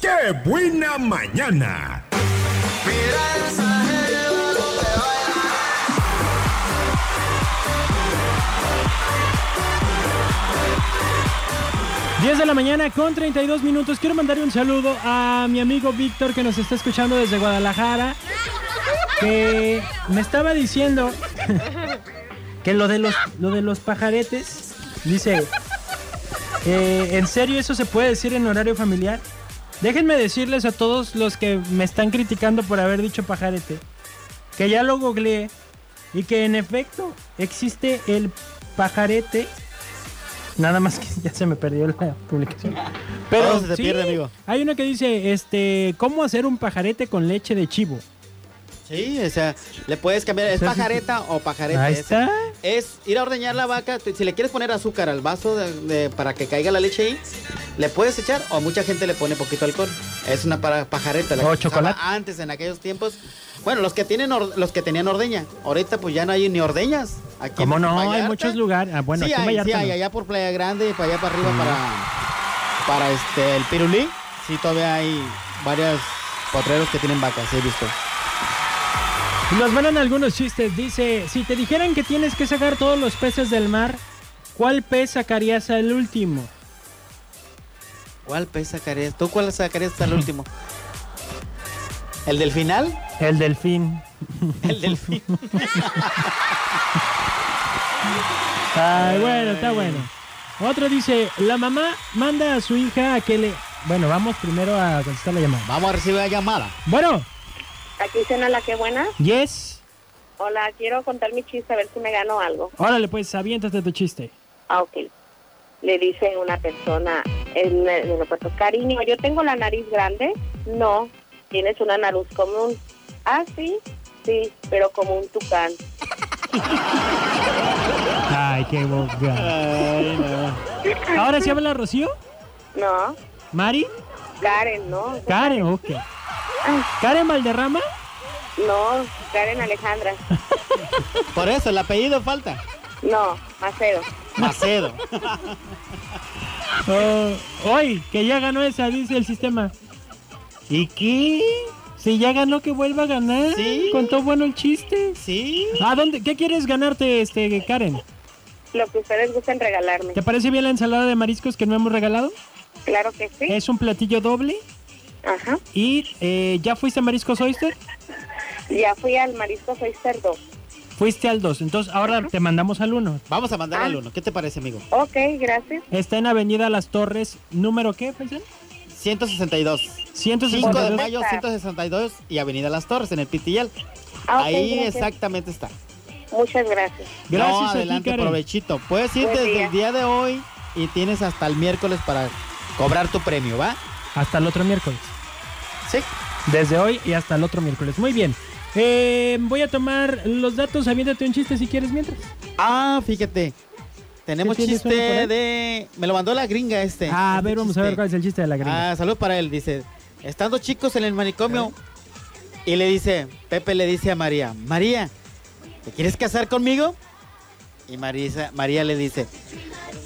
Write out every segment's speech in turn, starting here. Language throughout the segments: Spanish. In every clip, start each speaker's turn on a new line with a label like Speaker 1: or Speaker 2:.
Speaker 1: ¡Qué buena mañana!
Speaker 2: Mira esa jeva donde baila.
Speaker 3: Diez de la mañana con 32 minutos. Quiero mandarle un saludo a mi amigo Víctor que nos está escuchando desde Guadalajara. Que me estaba diciendo que lo de los, lo de los pajaretes, dice, eh, ¿en serio eso se puede decir en horario familiar? Déjenme decirles a todos los que me están criticando por haber dicho pajarete, que ya lo googleé y que en efecto existe el pajarete. Nada más que ya se me perdió la publicación. Pero
Speaker 4: Todo se te
Speaker 3: sí,
Speaker 4: pierde, amigo.
Speaker 3: Hay uno que dice, este, ¿cómo hacer un pajarete con leche de chivo?
Speaker 4: Sí, o sea, le puedes cambiar. ¿Es
Speaker 3: sea, sí,
Speaker 4: pajareta o pajarete?
Speaker 3: Ahí
Speaker 4: ese.
Speaker 3: está.
Speaker 4: Es ir a ordeñar la vaca. te- Si le quieres poner azúcar al vaso de- de- para que caiga la leche ahí, le puedes echar. O mucha gente le pone poquito alcohol. Es una para- pajareta.
Speaker 3: O
Speaker 4: la que se usaba
Speaker 3: chocolate.
Speaker 4: Antes, en aquellos tiempos. Bueno, los que tienen or- los que tenían ordeña. Ahorita pues ya no hay ni ordeñas. Aquí
Speaker 3: ¿Cómo
Speaker 4: en
Speaker 3: no? Hay
Speaker 4: Vallarta.
Speaker 3: muchos lugares. Ah, bueno,
Speaker 4: sí,
Speaker 3: aquí en
Speaker 4: hay, sí
Speaker 3: Vallarta
Speaker 4: hay,
Speaker 3: no.
Speaker 4: allá por Playa Grande y para allá para arriba para, para este el Pirulí. Sí, todavía hay varios potreros que tienen vacas, sí he visto.
Speaker 3: Nos mandan algunos chistes. Dice, si te dijeran que tienes que sacar todos los peces del mar, ¿cuál pez sacarías al último?
Speaker 4: ¿Cuál pez sacarías? ¿Tú cuál sacarías hasta el último? ¿El del final?
Speaker 3: El delfín.
Speaker 4: El del fin.
Speaker 3: Ay, bueno, está bueno. Otro dice, la mamá manda a su hija a que le... Bueno, vamos primero a contestar la llamada.
Speaker 4: Vamos a recibir la llamada.
Speaker 3: Bueno,
Speaker 5: Aquí cena la que buena.
Speaker 3: yes.
Speaker 5: Hola, quiero contar mi chiste a ver si me gano algo.
Speaker 3: Órale, pues, aviéntate tu chiste.
Speaker 5: Ah, ok. Le dice una persona en el aeropuerto, cariño, yo tengo la nariz grande. No, tienes una nariz común. Ah, sí, sí, pero como un tucán.
Speaker 3: Ay, qué boca.
Speaker 4: Ay, no.
Speaker 3: Ahora sí habla Rocío.
Speaker 5: No,
Speaker 3: Mari.
Speaker 5: Karen, no.
Speaker 3: Karen, ok. Karen Valderrama.
Speaker 5: No, Karen Alejandra.
Speaker 4: Por eso, el apellido falta.
Speaker 5: No, Macedo.
Speaker 4: Macedo.
Speaker 3: Oh, hoy, que ya ganó esa, dice el sistema. ¿Y qué? Si ya ganó, que vuelva a ganar.
Speaker 4: Sí.
Speaker 3: Contó bueno el chiste.
Speaker 4: Sí.
Speaker 3: ¿A dónde? ¿Qué quieres ganarte, este, Karen?
Speaker 5: Lo que ustedes gusten regalarme.
Speaker 3: ¿Te parece bien la ensalada de mariscos que no hemos regalado?
Speaker 5: Claro que sí.
Speaker 3: Es un platillo doble.
Speaker 5: Ajá.
Speaker 3: ¿Y eh, ya fuiste a Mariscos Oyster?
Speaker 5: Ya fui al marisco, soy cerdo.
Speaker 3: Fuiste al 2. Entonces ahora te mandamos al 1.
Speaker 4: Vamos a mandar al uno. ¿Qué te parece, amigo?
Speaker 5: Ok, gracias.
Speaker 3: Está en Avenida Las Torres, número qué, Faisal?
Speaker 4: 162. 5 de
Speaker 3: 152.
Speaker 4: mayo, 162 y Avenida Las Torres, en el Pitillal.
Speaker 5: Ah, ok,
Speaker 4: Ahí
Speaker 5: gracias.
Speaker 4: exactamente está.
Speaker 5: Muchas gracias.
Speaker 3: Gracias
Speaker 4: no,
Speaker 3: a ti,
Speaker 4: adelante,
Speaker 3: Karen.
Speaker 4: provechito. Puedes ir
Speaker 5: Buen
Speaker 4: desde
Speaker 5: día.
Speaker 4: el día de hoy y tienes hasta el miércoles para cobrar tu premio, ¿va?
Speaker 3: Hasta el otro miércoles.
Speaker 4: Sí.
Speaker 3: Desde hoy y hasta el otro miércoles. Muy bien. Eh, voy a tomar los datos. Aviéntate un chiste si quieres mientras.
Speaker 4: Ah, fíjate. Tenemos
Speaker 3: ¿Sí tienes
Speaker 4: chiste
Speaker 3: uno por ahí? Ah,
Speaker 4: de... Me lo mandó la gringa este.
Speaker 3: a
Speaker 4: Este
Speaker 3: ver, vamos a ver
Speaker 4: chiste.
Speaker 3: cuál es el chiste de la gringa.
Speaker 4: Ah, salud para él, dice. Están dos chicos en el manicomio y le dice, Pepe le dice a María, María, ¿te quieres casar conmigo? Y Marisa, María le dice,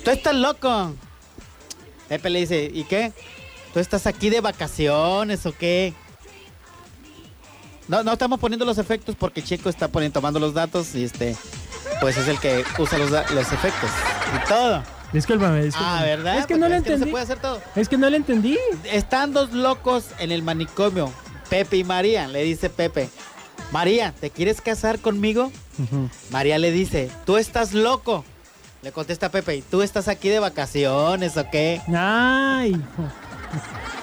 Speaker 4: tú estás loco. Pepe le dice, ¿y qué? ¿Tú estás aquí de vacaciones o qué? No, no estamos poniendo los efectos porque Chico está poniendo, tomando los datos y este, pues es el que usa los, da- los efectos y todo.
Speaker 3: Discúlpame, discúlpame.
Speaker 4: Ah, ¿verdad?
Speaker 3: Es que
Speaker 4: Pues
Speaker 3: no lo
Speaker 4: se
Speaker 3: entendí.
Speaker 4: puede hacer todo.
Speaker 3: Es que no lo entendí.
Speaker 4: Están dos locos en el manicomio, Pepe y María, le dice Pepe. María, ¿te quieres casar conmigo? María le dice, tú estás loco. Le contesta Pepe, ¿y tú estás aquí de vacaciones o qué?
Speaker 3: Ay, hijo.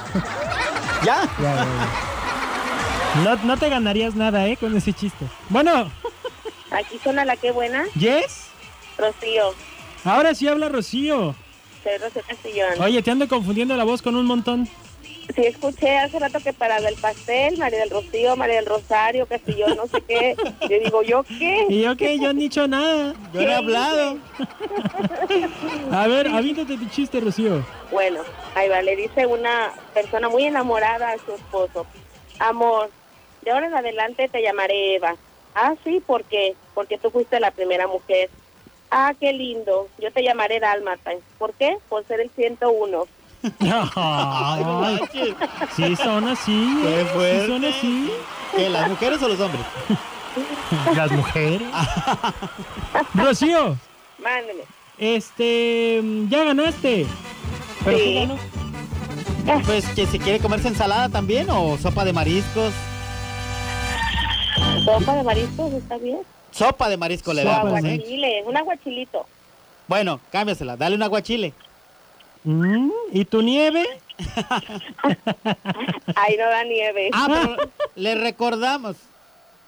Speaker 4: ¿Ya?
Speaker 3: Ya, ya, ya. No, no te ganarías nada, ¿eh? Con ese chiste. Bueno,
Speaker 5: Aquí suena la que buena.
Speaker 3: Jess,
Speaker 5: Rocío,
Speaker 3: ahora sí habla Rocío.
Speaker 5: soy Rocío Castellón.
Speaker 3: Oye, te ando confundiendo la voz con un montón.
Speaker 5: Sí, escuché hace rato que para del pastel, María del Rocío, María del Rosario, Castellón, no sé qué. Yo digo, ¿yo qué?
Speaker 3: Y yo que yo no he dicho nada.
Speaker 4: Yo no he hablado.
Speaker 3: A ver, aviéntate tu chiste, Rocío.
Speaker 5: Bueno, ahí va, le dice una persona muy enamorada a su esposo. Amor, de ahora en adelante te llamaré Eva. Ah, sí, ¿por qué? Porque tú fuiste la primera mujer. Ah, qué lindo. Yo te llamaré Dálmata. ¿Por qué? Por ser el 101.
Speaker 3: Ay, sí, son así.
Speaker 4: Qué
Speaker 3: ¿eh? Sí,
Speaker 4: fuerte.
Speaker 3: son así.
Speaker 4: ¿Qué, las mujeres o los hombres?
Speaker 3: Las mujeres. Rocío,
Speaker 5: Mándeme.
Speaker 3: este. Ya ganaste. Pero
Speaker 5: Sí.
Speaker 3: ¿quién ganó?
Speaker 4: Pues que si quiere comerse ensalada también o sopa de mariscos.
Speaker 5: ¿Sopa de mariscos está bien?
Speaker 4: Sopa de marisco le
Speaker 5: O
Speaker 3: Sopa,
Speaker 4: damos,
Speaker 3: sí.
Speaker 4: ¿eh?
Speaker 5: aguachile, un aguachilito.
Speaker 4: Bueno, cámbiasela, dale un aguachile.
Speaker 3: Mm, ¿Y tu nieve?
Speaker 5: Ahí no da nieve.
Speaker 4: Ah, pero le recordamos.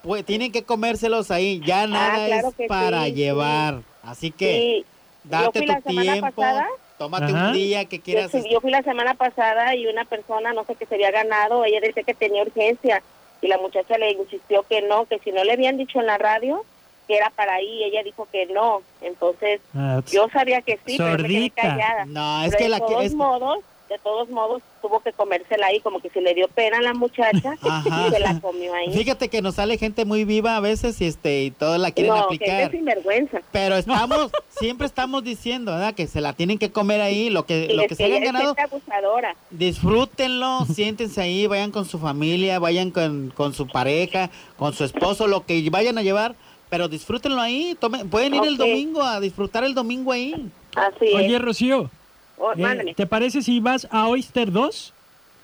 Speaker 4: Pues tienen que comérselos ahí, ya nada
Speaker 5: Ah, claro que
Speaker 4: es para
Speaker 5: sí, sí.
Speaker 4: llevar. Así que
Speaker 5: Sí.
Speaker 4: date
Speaker 5: Yo fui la
Speaker 4: tu
Speaker 5: semana
Speaker 4: tiempo,
Speaker 5: pasada.
Speaker 4: tómate
Speaker 3: Ajá.
Speaker 4: un día que
Speaker 5: Yo,
Speaker 4: quieras.
Speaker 5: fui- yo fui la semana pasada y una persona, no sé qué se había ganado, ella decía que tenía urgencia y la muchacha le insistió que no, que si no le habían dicho en la radio que era para ahí, ella dijo que no. Entonces
Speaker 3: Ah, t-
Speaker 5: yo sabía que sí, pero me quedé
Speaker 3: Sordita.
Speaker 5: callada.
Speaker 4: No, es
Speaker 5: Pero
Speaker 4: que la
Speaker 5: de todos
Speaker 4: que- es-
Speaker 5: modos, de todos modos tuvo que comérsela ahí, como que se le dio pena a la muchacha
Speaker 4: Ajá.
Speaker 5: y se la comió ahí.
Speaker 4: Fíjate que nos sale gente muy viva a veces y este y todos la quieren
Speaker 5: no, gente
Speaker 4: aplicar.
Speaker 5: sinvergüenza.
Speaker 4: Pero estamos, siempre estamos diciendo, ¿verdad? Que se la tienen que comer ahí, lo que
Speaker 5: Y
Speaker 4: Eh, lo
Speaker 5: es
Speaker 4: que se hayan
Speaker 5: ella es
Speaker 4: ganado,
Speaker 5: gente abusadora.
Speaker 4: disfrútenlo, siéntense ahí, vayan con su familia, vayan con, con su pareja, con su esposo, lo que vayan a llevar, pero disfrútenlo ahí, tomen- pueden ir el
Speaker 5: Ok.
Speaker 4: domingo a disfrutar el domingo ahí.
Speaker 5: Así
Speaker 3: Oye,
Speaker 5: es.
Speaker 3: Rocío,
Speaker 5: Oh,
Speaker 3: eh,
Speaker 5: mándame.
Speaker 3: ¿te parece si vas a Oyster 2?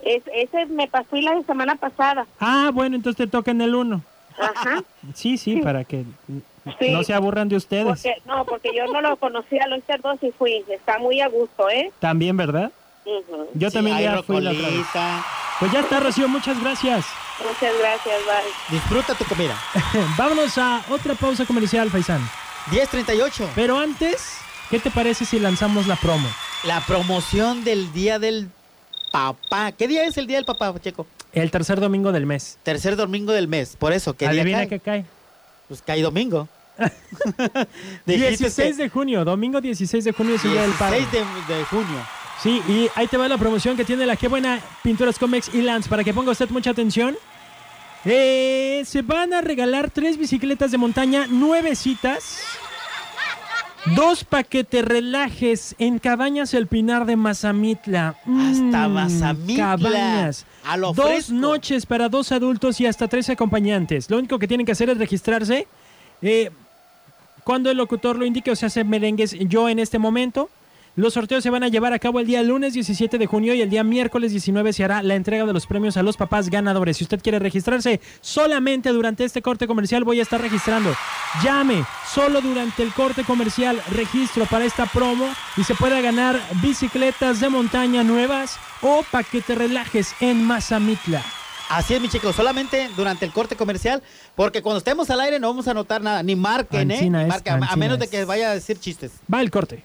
Speaker 5: Es- ese me pasó y la semana pasada.
Speaker 3: Ah, bueno, entonces te toca en el 1.
Speaker 5: Ajá.
Speaker 3: Ah, Sí, sí, para que n-
Speaker 5: Sí.
Speaker 3: no se aburran de ustedes.
Speaker 5: Porque, no, porque yo no lo conocía, lo hice dos y fui. Está muy a gusto, ¿eh?
Speaker 3: También, ¿verdad?
Speaker 5: Ujú.
Speaker 3: Yo
Speaker 4: Sí,
Speaker 3: también
Speaker 4: hay
Speaker 3: ya fui la otra vez.
Speaker 4: rocolita.
Speaker 3: Pues ya está, Rocío, muchas gracias.
Speaker 5: Muchas gracias, bye.
Speaker 4: Disfruta tu comida.
Speaker 3: Vámonos a otra pausa comercial, Faisán.
Speaker 4: 1038.
Speaker 3: Pero antes, ¿qué te parece si lanzamos la promo?
Speaker 4: La promoción del Día del Papá. ¿Qué día es el Día del Papá, Checo?
Speaker 3: El tercer domingo del mes.
Speaker 4: Tercer domingo del mes, por eso, ¿qué día
Speaker 3: Adivina
Speaker 4: cae?
Speaker 3: qué cae.
Speaker 4: Pues cae domingo. Dijiste
Speaker 3: 16 de junio, domingo 16 de junio es el día del padre.
Speaker 4: 16 de, de junio.
Speaker 3: Sí, y ahí te va la promoción que tiene la Qué Buena Pinturas Comex y Lance. Para que ponga usted mucha atención. Eh, se van a regalar tres bicicletas de montaña, nueve citas, dos paquetes relajes en Cabañas El Pinar de Mazamitla.
Speaker 4: Hasta
Speaker 3: Mm,
Speaker 4: Mazamitla.
Speaker 3: Cabañas.
Speaker 4: A lo
Speaker 3: dos
Speaker 4: fresco.
Speaker 3: noches para dos adultos y hasta tres acompañantes. Lo único que tienen que hacer es registrarse. eh, cuando el locutor lo indique, o sea, se merengues yo en este momento. Los sorteos se van a llevar a cabo el día lunes 17 de junio y el día miércoles 19 se hará la entrega de los premios a los papás ganadores. Si usted quiere registrarse, solamente durante este corte comercial voy a estar registrando. Llame, solo durante el corte comercial registro para esta promo y se pueda ganar bicicletas de montaña nuevas o pa' que te relajes en Mazamitla.
Speaker 4: Así es, mi chico, solamente durante el corte comercial, porque cuando estemos al aire no vamos a notar nada, ni marquen, ¿eh?
Speaker 3: Ancina
Speaker 4: Ni
Speaker 3: es,
Speaker 4: marquen, a- a,
Speaker 3: ancina
Speaker 4: menos de
Speaker 3: es.
Speaker 4: que vaya a decir chistes.
Speaker 3: Va el corte.